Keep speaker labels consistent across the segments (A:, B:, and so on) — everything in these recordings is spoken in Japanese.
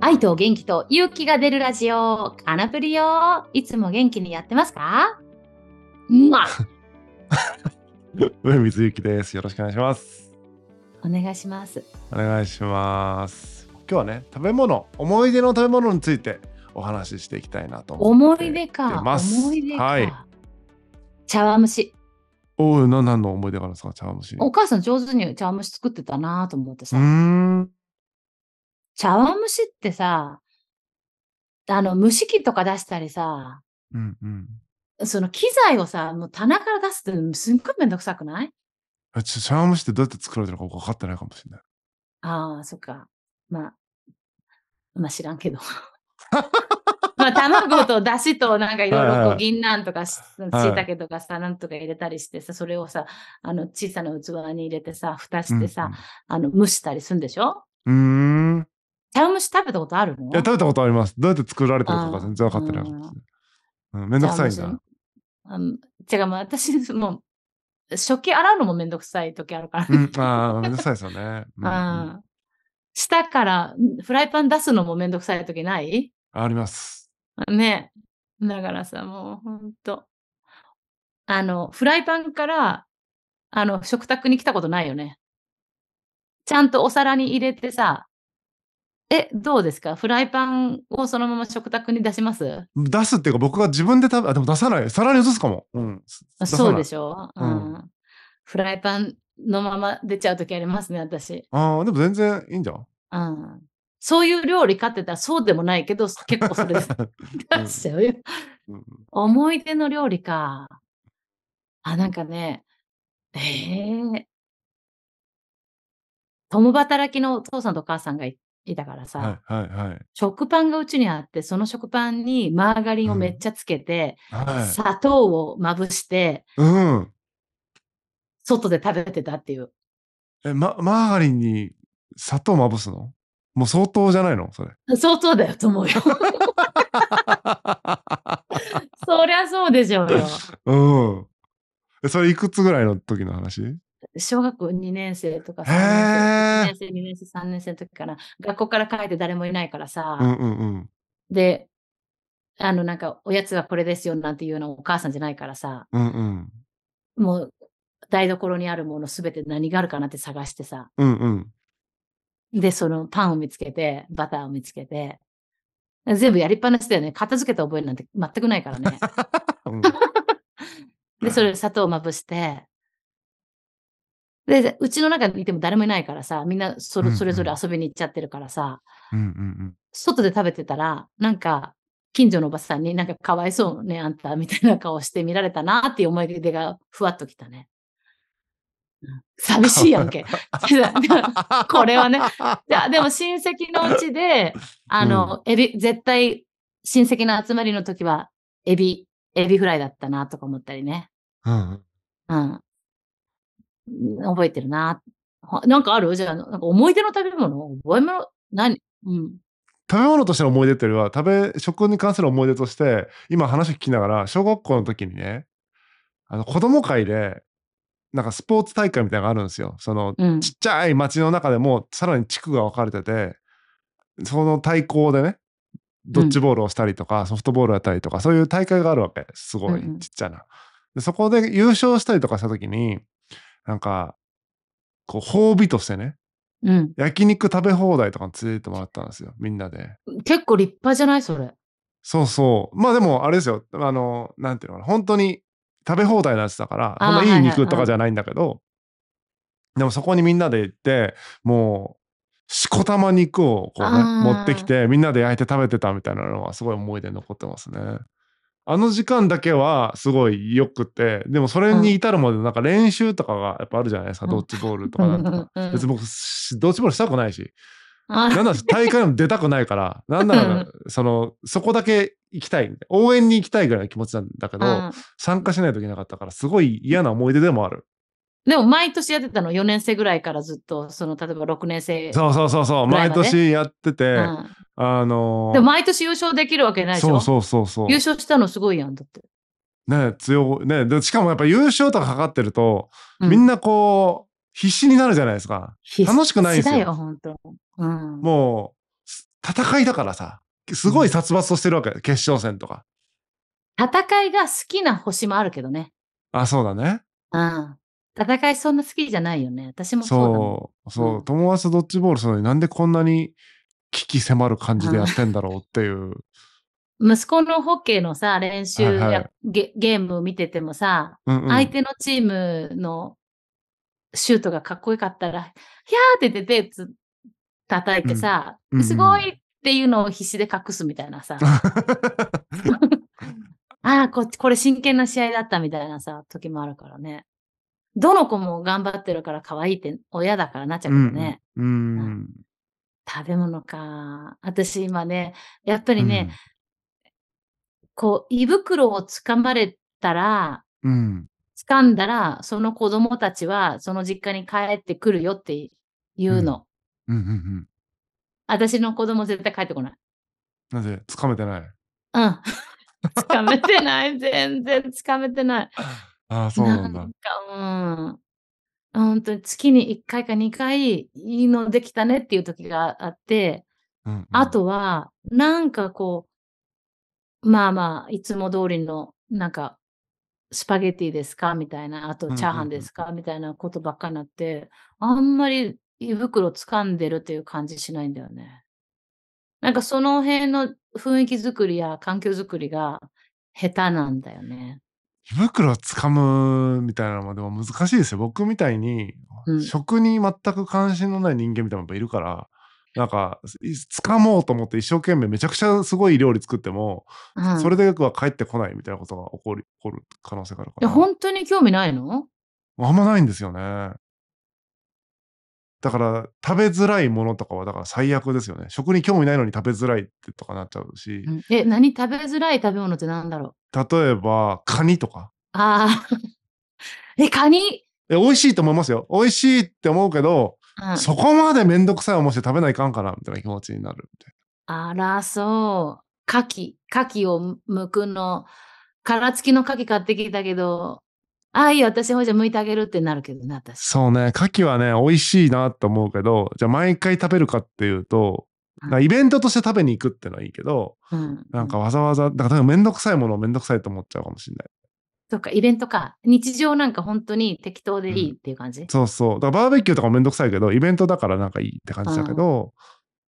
A: 愛と元気と勇気が出るラジオ、カナプリよ。いつも元気にやってますかうわ
B: 上水ゆきです。よろしくお願いします。
A: お願いします。
B: お願いします。今日はね、食べ物、思い出の食べ物についてお話ししていきたいなと思
A: 思
B: って
A: い出か。
B: 出ます
A: 思い出か。
B: はい
A: 茶碗蒸し。
B: おう、な何の思い出があるんですか、茶碗蒸しに。
A: お
B: う
A: 母さん上手に茶碗蒸し作ってたなと思ってさ。
B: ーん。
A: 茶碗蒸しってさ、あの、蒸し器とか出したりさ、
B: うんうん。
A: その機材をさ、もう棚から出すってすっごいめんどくさくない
B: えちょ茶碗蒸しってどうやって作られてるか僕分かってないかもしれない。
A: ああ、そっか。まあ、まあ知らんけど。 まあ卵とだしとなんかいろい
B: はい
A: ろ
B: はい
A: こ
B: は
A: う
B: い
A: 銀杏とかし
B: はい
A: 椎茸とかさ、なんとか入れたりしてさ、それをさ、あの小さな器に入れてさ、蓋してさ、あの蒸したりするんでしょ
B: うん。うーん。
A: 茶碗蒸し食べたことあるの
B: いや、食べたことあります。どうやって作られてるかが全然分かってないかもしれない。うん、めんどくさいん
A: 茶
B: だ。
A: 碗蒸しうん違う、まあ私 もう食器洗うのもめんどくさい時あるから
B: う
A: ね。
B: ん、ああ、めんどくさいで すよね。うんうん
A: うん下からフライパン出すのもめんどくさい時ない
B: あります。
A: ねえ。だからさ、もうほんと。あの、フライパンから、あの、食卓に来たことないよね。ちゃんとお皿に入れてさ、え、どうですかフライパンをそのまま食卓に出します
B: 出すっていうか、僕が自分で食べ、あ、でも出さない。皿に移すかも。うん。出さない
A: そうでしょ、う
B: うん
A: ん、フライパンのまま出ちゃうときありますね、私。
B: ああ、でも全然いいんじゃん。
A: うん。そういう料理かって言ったらそうでもないけ ど、結構それで出しちゃうよ。
B: うん
A: 思い出の料理か。あ、なんかね、ええ共働きのお父さんとお母さんがいいたからさ、
B: はいはいはい。
A: 食パンがうちにあって、その食パンにマーガリンをめっちゃつけて、
B: はい。
A: 砂糖をまぶして、
B: うん。
A: 外で食べてたっていう。
B: え、ま、マーガリンに砂糖まぶすのもう相当じゃないのそれ。
A: 相当だよと思 うよ。そりゃそうでしょう よ。
B: うん。え、それいくつぐらいの時の話
A: 小学校2年生とか3
B: へー
A: 年生、1年生、2年生、3年生の時かな。学校から帰って誰もいないからさ、
B: うんうんうん。
A: で、あの、なんか、おやつはこれですよなんていうのお母さんじゃないからさ、
B: うんうん。
A: もう、台所にあるものすべて何があるかなって探してさ、
B: うんうん。
A: で、そのパンを見つけて、バターを見つけて、全部やりっぱなしだよね。片付けた覚えなんて全くないからね。
B: うん
A: で、それ砂糖をまぶして、で、うちの中にいても誰もいないからさ、みんなそれ
B: うんうん
A: それぞれ遊びに行っちゃってるからさ、
B: うんうん
A: 外で食べてたら、なんか、近所のおばさんになんかかわいそうね、あんた、みたいな顔して見られたなっていう思い出がふわっときたね。うん寂しいやんけ。
B: うん。
A: これはね。いや、でも親戚のうちで、あの、エビ、絶対親戚の集まりの時は、エビ、エビフライだったなとか思ったりね。
B: うん。
A: うん。覚えてるな。はなんかあるじゃあ、なんか思い出の食べ物覚え物何うん。
B: 食べ物としての思い出というよりは食べ食に関する思い出として今話を聞きながら小学校の時にねあの子供会でなんかスポーツ大会みたいなのがあるんですよその
A: うん。
B: ちっちゃい町の中でもさらに地区が分かれててその対抗でねドッジボールをしたりとか、ソフトボールをやったりとかそういう大会があるわけすごい
A: うんうん
B: ちっちゃな。でそこで優勝したりとかした時になんかこう褒美としてね
A: うん。
B: 焼肉食べ放題とかに連れてってもらったんですよみんなで。
A: 結構立派じゃないそれ。
B: そうそう。まあでも、あれですよ。あの、なんていうのかな。本当に食べ放題のやつだから、
A: あー
B: そんない
A: はいいはい
B: 肉とかじゃないんだけど、でもそこにみんなで行って、もう、しこたま肉をこうね、
A: あー
B: 持ってきて、みんなで焼いて食べてたみたいなのは、すごい思い出に残ってますね。あの時間だけはすごい良くて、でもそれに至るまでなんか練習とかがやっぱあるじゃないですか、
A: うん
B: ドッジボールとかなんとか。
A: うん
B: 別に僕、しドッジボールしたくないし、
A: あ
B: なんなら大会にも出たくないから、なんな
A: う
B: ら、その、そこだけ行きたい、応援に行きたいぐらいの気持ちなんだけど、
A: うん
B: 参加しないといけなかったから、すごい嫌な思い出でもある。
A: でも毎年やってたの4年生ぐらいからずっとその例えば6年生
B: そうそうそうそう、
A: ぐらい
B: 毎
A: まで
B: 年やってて、
A: うん
B: あのー
A: でも毎年優勝できるわけないでし
B: そ
A: ょ
B: うそうそうそう。
A: 優勝したのすごいやんだって、
B: ね、強い、ね、でしかもやっぱ優勝とかかかってると、
A: う
B: みんなこう、必死になるじゃないですか。
A: 必須
B: 楽しくないんですよ
A: だよ本当、うん、
B: もう、戦いだからさ、すごい殺伐としてるわけ、決勝戦とか。
A: 戦いが好きな星もあるけどね。
B: あ、そうだね。
A: うん。戦いそんな好きじゃないよね。私もそうだもん
B: そう、そうう、
A: ん
B: 友達とドッジボールするのになんでこんなに危機迫る感じでやってんだろうっていう。
A: 息子のホッケーのさ、練習や、
B: はいはい
A: ゲゲーム見ててもさ、
B: うんうん
A: 相手のチームのシュートがかっこよかったら、ひゃーって言って手つ叩いてさ、
B: うんうんうん
A: すごいっていうのを必死で隠すみたいなさ、ああ、こっち、これ真剣な試合だったみたいなさ、時もあるからね。どの子も頑張ってるから可愛いって親だからなっちゃう
B: う
A: けどね。
B: んうん。うん。
A: 食べ物か。私今ね、やっぱりね、こう、胃袋をつかまれたら、
B: うん。うん。
A: 掴んだら、その子供たちは、その実家に帰ってくるよって言うの。
B: うん。うんうん。
A: 私の子供絶対帰ってこない。
B: なぜ、つかめてない。
A: うん。掴めてない。全然掴めてない。
B: ああ、そうなんだ。
A: なんか、うん。本当に月に1回か2回、いいのできたねっていう時があって、
B: うんうん
A: あ、とは、なんかこう、まあまあ、いつも通りの、なんか、スパゲティですかみたいな、あ
B: うんうん
A: と
B: うん
A: チャーハンですかみたいなことばっかになって、あんまり胃袋掴んでるっていう感じしないんだよね。なんかその辺の雰囲気作りや環境作りが下手なんだよね。
B: 胃袋をつかむみたいなのもでも難しいですよ。僕みたいに、
A: うん
B: 食に全く関心のない人間みたいなのもいるから、なんか、いつかもうと思って一生懸命めちゃくちゃすごい料理作っても、
A: うん、
B: それでよくは帰ってこないみたいなことが起こり起こる可能性があるか
A: いや
B: ら。
A: 本当に興味ないの
B: あんまないんですよね。だから、食べづらいものとかは、だから最悪ですよね。食に興味ないのに食べづらいってとかなっちゃうし、
A: え、何食べづらい食べ物ってなんだろう
B: 例えば、カニとか。
A: ああ。 え、カニ、
B: え美味しいと思いますよ。美味しいって思うけど、
A: うん、
B: そこまでめんどくさい思いして食べないかんかなみたいな気持ちになるみたい
A: あら、そう。牡蠣、牡蠣を剥くの、殻付きの牡蠣買ってきたけど、ああ、いいよ、私もじゃあ剥いてあげるってなるけどね、
B: な。
A: 私。
B: そうね、牡蠣はね、美味しいなと思うけど、じゃあ毎回食べるかっていうと、
A: うん
B: なんかイベントとして食べに行くってのはいいけど、
A: うん。
B: なんかわざわざ、だからめんどくさいものをめんどくさいと思っちゃうかもしれない。
A: とか、イベントか。日常なんか本当に適当でいいっていう感じ。
B: そうそう。だからバーベキューとかもめんどくさいけど、イベントだからなんかいいって感じだけど、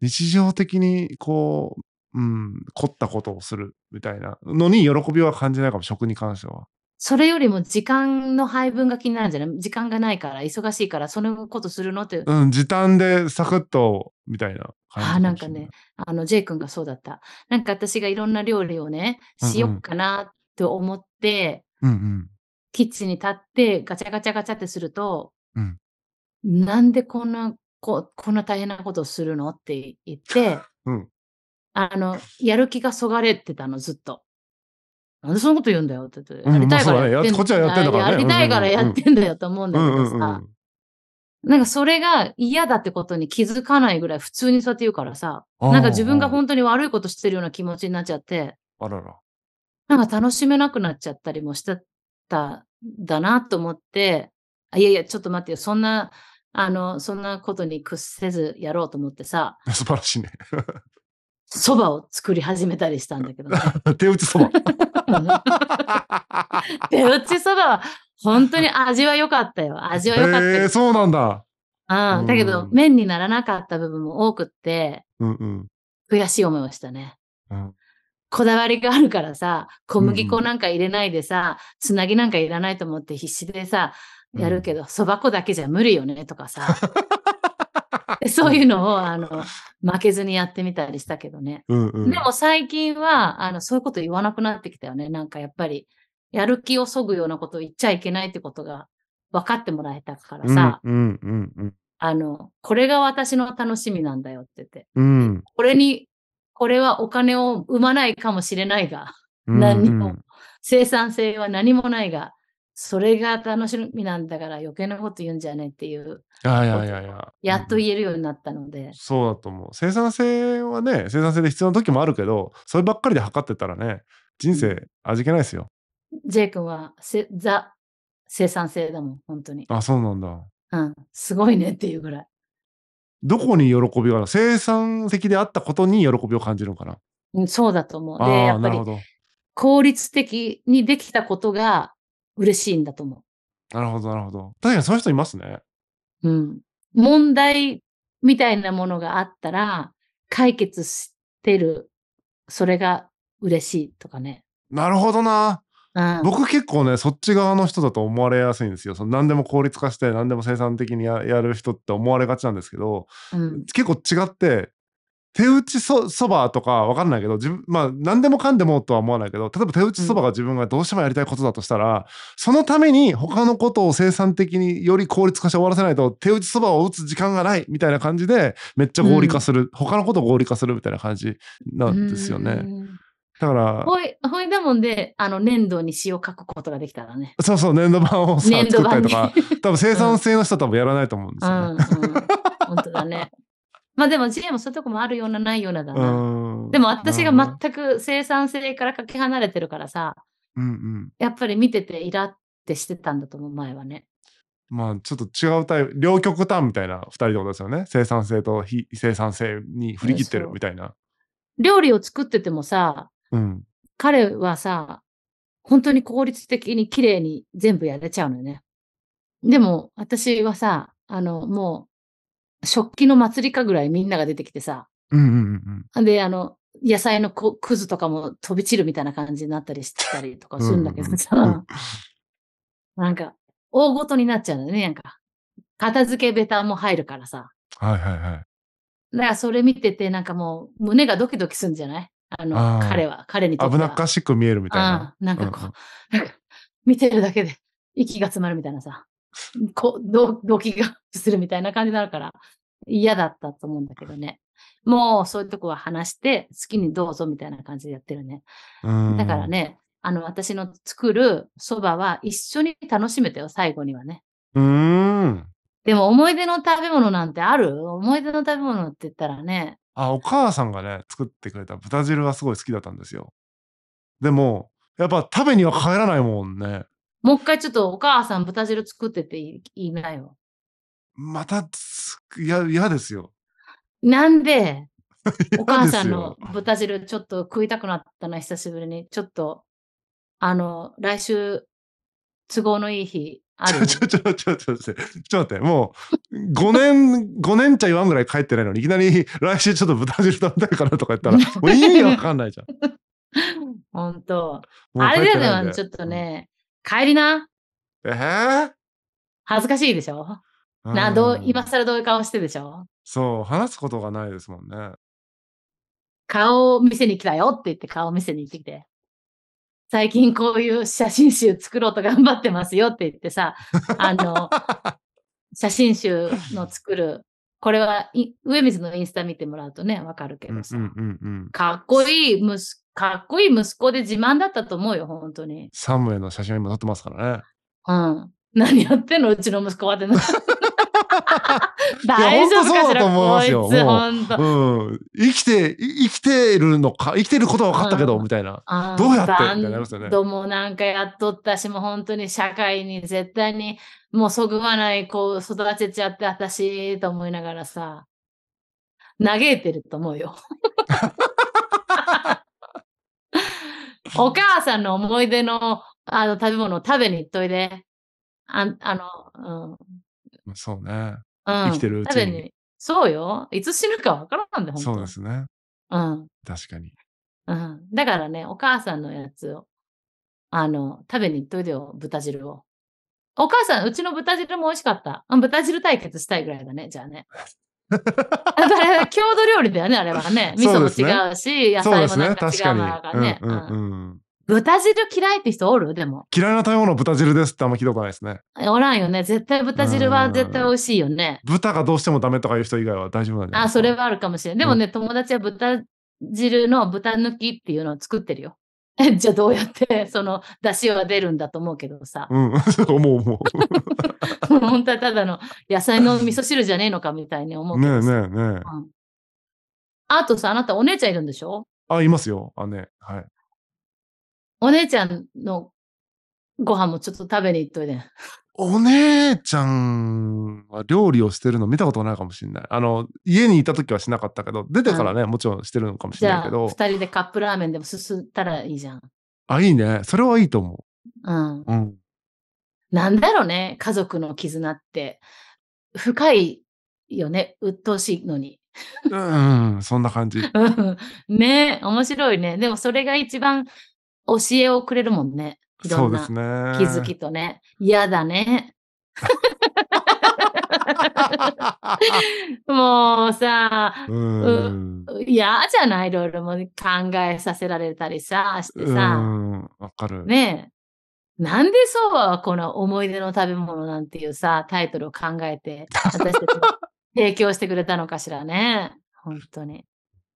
B: 日常的にこう、うん、凝ったことをするみたいなのに喜びは感じないかも、食に関しては。
A: それよりも時間の配分が気になるんじゃない時間がないから、忙しいから、そのことするのって、
B: うん、時短でサクッとみたいな感じ
A: あーなん
B: もし
A: か
B: れい
A: ね、あの、ジェイ君がそうだった。なんか私がいろんな料理をね、しよっかなと思って、
B: うんうん。
A: キッチンに立ってガチャガチャガチャってすると、
B: うん
A: なんでこんなここんな大変なことをするのって言って、
B: うん
A: あのやる気がそがれてたのずっと。なんでそんなこと言うんだよって言って、
B: うん
A: やりたいからやってん
B: まあそうだねやっこっちはやってんだからね
A: やりたいからやってんだよと思うんだけどさ、
B: うん
A: なんかそれが嫌だってことに気づかないぐらい普通にそうやって言うからさ、
B: うん
A: なんか自分が
B: ん
A: 本当に悪いことしてるような気持ちになっちゃって、
B: あらら。
A: なんか楽しめなくなっちゃったりもしてたんだなと思って、あいやいや、ちょっと待ってよ、そんな、あの、そんなことに屈せずやろうと思ってさ、
B: 素晴らしいね。
A: 蕎麦を作り始めたりしたんだけど ね。
B: 手打ちそば。
A: 手打ち蕎麦は本当に味は良かったよ。 味は良かった
B: え
A: よ
B: ー、そうなんだ。
A: うん、だけど
B: う、ん
A: 麺にならなかった部分も多くって、
B: うんうん。
A: 悔しい思いをしたね。
B: うん
A: こだわりがあるからさ、小麦
B: うん
A: 粉
B: うん
A: なんか入れないでさ、つなぎなんかいらないと思って必死でさ、やるけど、そば粉だけじゃ無理よねとか さ。でそういうのを、あの、負けずにやってみたりしたけどね。
B: うんうん。
A: でも最近は、あの、そういうこと言わなくなってきたよね。なんかやっぱり、やる気をそぐようなことを言っちゃいけないってことが分かってもらえたからさ、
B: うんうんうん
A: あの、これが私の楽しみなんだよって言って。
B: うん。
A: これに、これはお金を生まないかもしれないが、
B: うん。
A: 何に
B: う
A: も
B: ん
A: 生産性は何もないが、それが楽しみなんだから余計なこと言うんじゃねえっていう、
B: いやいやいやいや。
A: やっと
B: うん
A: 言えるようになったので、
B: そうだと思う。生産性はね、生産性で必要な時もあるけど、そればっかりで測ってたらね、人生味気ないですよ。
A: ジェイ君はせザ生産性だもん、本当に。
B: あ、そうなんだ。
A: うん、すごいねっていうぐらい。
B: どこに喜びがある生産的であったことに喜びを感じるのかな。
A: うんそうだと思う。
B: あ
A: で、や
B: あー、
A: っぱ
B: なる
A: り
B: ほど。
A: 効率的にできたことが嬉しいんだと思
B: なるほど、なるほど。確かにそういう人いますね。
A: う。うん。問題みたいなものがあったら、解決してる、それが嬉しいとかね。
B: なるほどな。
A: うん、
B: 僕結構ねそっち側の人だと思われやすいんですよその何でも効率化して何でも生産的にややる人って思われがちなんですけど
A: うん、
B: 結構違って手打ちそそばとか分かんないけど自分まあ何でもかんでもとは思わないけど例えば手打ちそばが自分がどうしてもやりたいことだとしたら、そのために他のことを生産的により効率化して終わらせないと手打ちそばを打つ時間がないみたいな感じでめっちゃ合理化する、他のことを合理化するみたいな感じなんですよ
A: う
B: ね。
A: ん。
B: だから
A: ほい、ほいだもんで、あの、粘土に詩を書くことができたらね。
B: そうそう粘土板をさ
A: 粘土
B: 作った
A: 版
B: り
A: に。
B: とか多分生産性の人は多分やらないと思うんで
A: う
B: す
A: ん、う
B: よ
A: ん。
B: ね。
A: 本当だね。まあでも、知恵もそういうとこもあるような、ないようなだな。
B: うん
A: でも私が
B: なるほ
A: 全く生産性からかけ離れてるからさ、
B: どうんうん、
A: やっぱり見ててイラってしてたんだと思う、前はね。
B: まあちょっと違うタイプ両極端みたいな2人ってことですよね生産性と非生産性に振り切ってるみたいな。
A: 料理を作っててもさ、
B: うん、
A: 彼はさ、本当に効率的に綺麗に全部やれちゃうのよね。でも私はさ、あの、もう、食器の祭りかぐらいみんなが出てきてさ、
B: うんうんうん
A: で、あの、野菜のこくずとかも飛び散るみたいな感じになったりしたりとかするんだけど
B: うんう
A: さ、なんか、大ごとになっちゃうんだよね、なんか。片付けベタも入るからさ。
B: はいはいはい。
A: だからそれ見てて、なんかもう胸がドキドキするんじゃないあの
B: あー
A: 彼は、彼にとって
B: 危
A: は。
B: なっかしく見えるみたいな。
A: うんなんかこう、
B: うん
A: なんか見てるだけで息が詰まるみたいなさ、こう動動悸がするみたいな感じになるから嫌だったと思うんだけどね。もうそういうとこは話して好きにどうぞみたいな感じでやってるね。
B: うん
A: だから。ね、あの私の作るそばは一緒に楽しめたよ、最後にはね。
B: うーん。
A: でも思い出の食べ物なんてある思い出の食べ物って言ったらね、
B: あお母さんがね作ってくれた豚汁はすごい好きだったんですよ。でもやっぱ食べには帰らないもんね。
A: もう一回ちょっとお母さん豚汁作ってって言いなよ。
B: またついや嫌ですよ。
A: なん でお母さん
B: 嫌
A: の
B: ですよ
A: 豚汁ちょっと食いたくなったな、久しぶりに。ちょっと、あの、来週、都合のいい日ある。
B: ちょ、ちょ、ちょ、ちょ、ちょ、ちょっと待って、もう、5年、5年ちゃ言わんぐらい帰ってないのに、いきなり来週ちょっと豚汁食べたいからとか言ったら、 もう意味わかんないじゃん。
A: 本当。
B: もう
A: あ
B: 帰っ
A: れ
B: てな
A: だ
B: いん
A: よ、ちょっと。ね、帰りな。
B: えー
A: 恥ずかしいでしょ、
B: うん
A: な、どう、今更どういう顔してでしょ
B: そう、話すことがないですもんね。
A: 顔を見せに来たよって言って顔を見せに行ってきて。最近こういう写真集作ろうと頑張ってますよって言ってさ、あ の、写真集の作る、これはい上水のインスタ見てもらうとね、わかるけ
B: うん
A: ど
B: う
A: さ、
B: んうんうん。
A: かっこいい息子、かっこいい息子で自慢だったと思うよ、本当に。
B: サムへの写真を今撮ってま すからね。
A: うん。何やってんのうちの息子はってな。大丈夫
B: いや本当そ
A: か
B: う
A: し
B: だと
A: ら
B: 思い
A: こ
B: ま
A: い
B: す
A: つ、
B: よもう
A: 本当。
B: うん。生きて、い生きてるのか、生きてることは分かったけど、
A: うん
B: みたいな。
A: あー
B: どうやって
A: バ
B: みたいになりますよね
A: ンドもなんかやっとったし、もう本当に社会に絶対にもうそぐわない子を育てちゃって、私と思いながらさ、嘆いてると思うよ。お母さんの思い出のあの食べ物を食べに行っといで。あんあの、うん。うん、
B: そうね。
A: 生
B: きてるうちに
A: 食べに。そうよ。いつ死ぬかわからんで、本当
B: そうで。すね。
A: うん。
B: 確かに。
A: うん。だからね、お母さんのやつを、あの、食べに行っといでよ、豚汁を。お母さん、うちの豚汁も美味しかった。あ豚汁対決したいぐらいだね、じゃあね。あれは郷土料理だよね、あれはね。味
B: そ
A: 噌
B: う
A: も
B: ですね
A: 違うし、野
B: そうで
A: 菜
B: す
A: も
B: ね
A: なん。か
B: 確
A: 違
B: か
A: う
B: に。
A: のからね。う
B: う
A: ん
B: んうんうん。
A: 豚汁嫌いって人おるでも。
B: 嫌いな食べ物は豚汁ですってあんま聞いたことないですね。
A: おらんよね。絶対豚汁は絶対美味しいよね。
B: 豚がどうしてもダメとかいう人以外は大丈夫なんじゃない
A: あ、
B: ですか
A: それはあるかもしれない。でもね、友達は豚汁の豚抜きっていうのを作ってるよ。 じゃあどうやっ て、その、出汁は出るんだと思うけどさ。
B: うん、 そう思う思
A: 本当はただの野菜の味噌汁じゃねえのかみたいに思
B: う。
A: うけ
B: ねえ
A: どさ。
B: ねえねえ。
A: うんあとさ、あなたお姉ちゃんいるんでしょ
B: あ、いますよ。あ、ね。はい。
A: お姉ちゃんのご飯もちょっと食べに行っといで。
B: お姉ちゃんは料理をしてるの見たことないかもしれない。あの、家にいた時はしなかったけど、出てからね、もちろんしてるのかもし
A: じ
B: れない
A: ゃ
B: け
A: あ、
B: ど
A: 二、人でカップラーメンでもすすったらいいじゃん。
B: あ、いいね。それはいいと思
A: うん。
B: う。うん。
A: なんだろうね、家族の絆って。深いよね、鬱陶しいのに。
B: うん、そん な感じ。
A: うんね面白いね。でもそれが一番教えをくれるもんね。い
B: そ
A: ろ
B: うんで
A: な
B: すね。
A: 気づきとね。嫌だね。もうさ、
B: うん。
A: 嫌じゃないいろいろもう考えさせられたりさ、して
B: う
A: さ。
B: ん、わかる。
A: ねえ。なんでそうはこの思い出の食べ物なんていうさ、タイトルを考えて、私たちに提供してくれたのかしらね。本当に。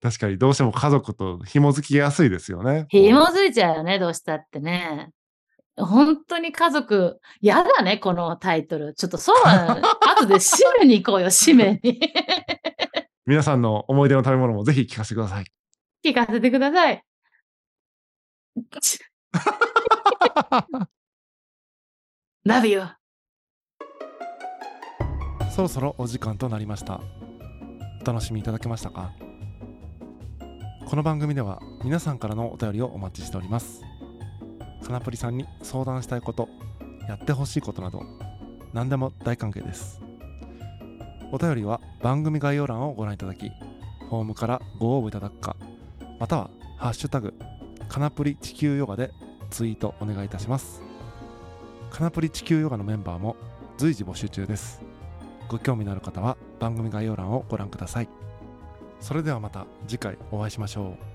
B: 確かにどうしても家族と紐づきやすいですよね。
A: 紐づいちゃうよね、どうしたってね。本当に家族、やだね、このタイトル。ちょっとそうは、後で締めに行こうよ、締めに。
B: 皆さんの思い出の食べ物もぜひ聞かせてください。
A: 聞かせてください。ち Love you.
B: そろそろお時間となりましたお楽しみいただけましたかこの番組では皆さんからのお便りをお待ちしておりますかなぷりさんに相談したいことやってほしいことなど何でも大歓迎ですお便りは番組概要欄をご覧いただきフォームからご応募いただくかまたは「ハッシュタグかなぷり地球ヨガ」でツイートお願いいたしますかなぷり地球ヨガのメンバーも随時募集中ですご興味のある方は番組概要欄をご覧ください。それではまた次回お会いしましょう。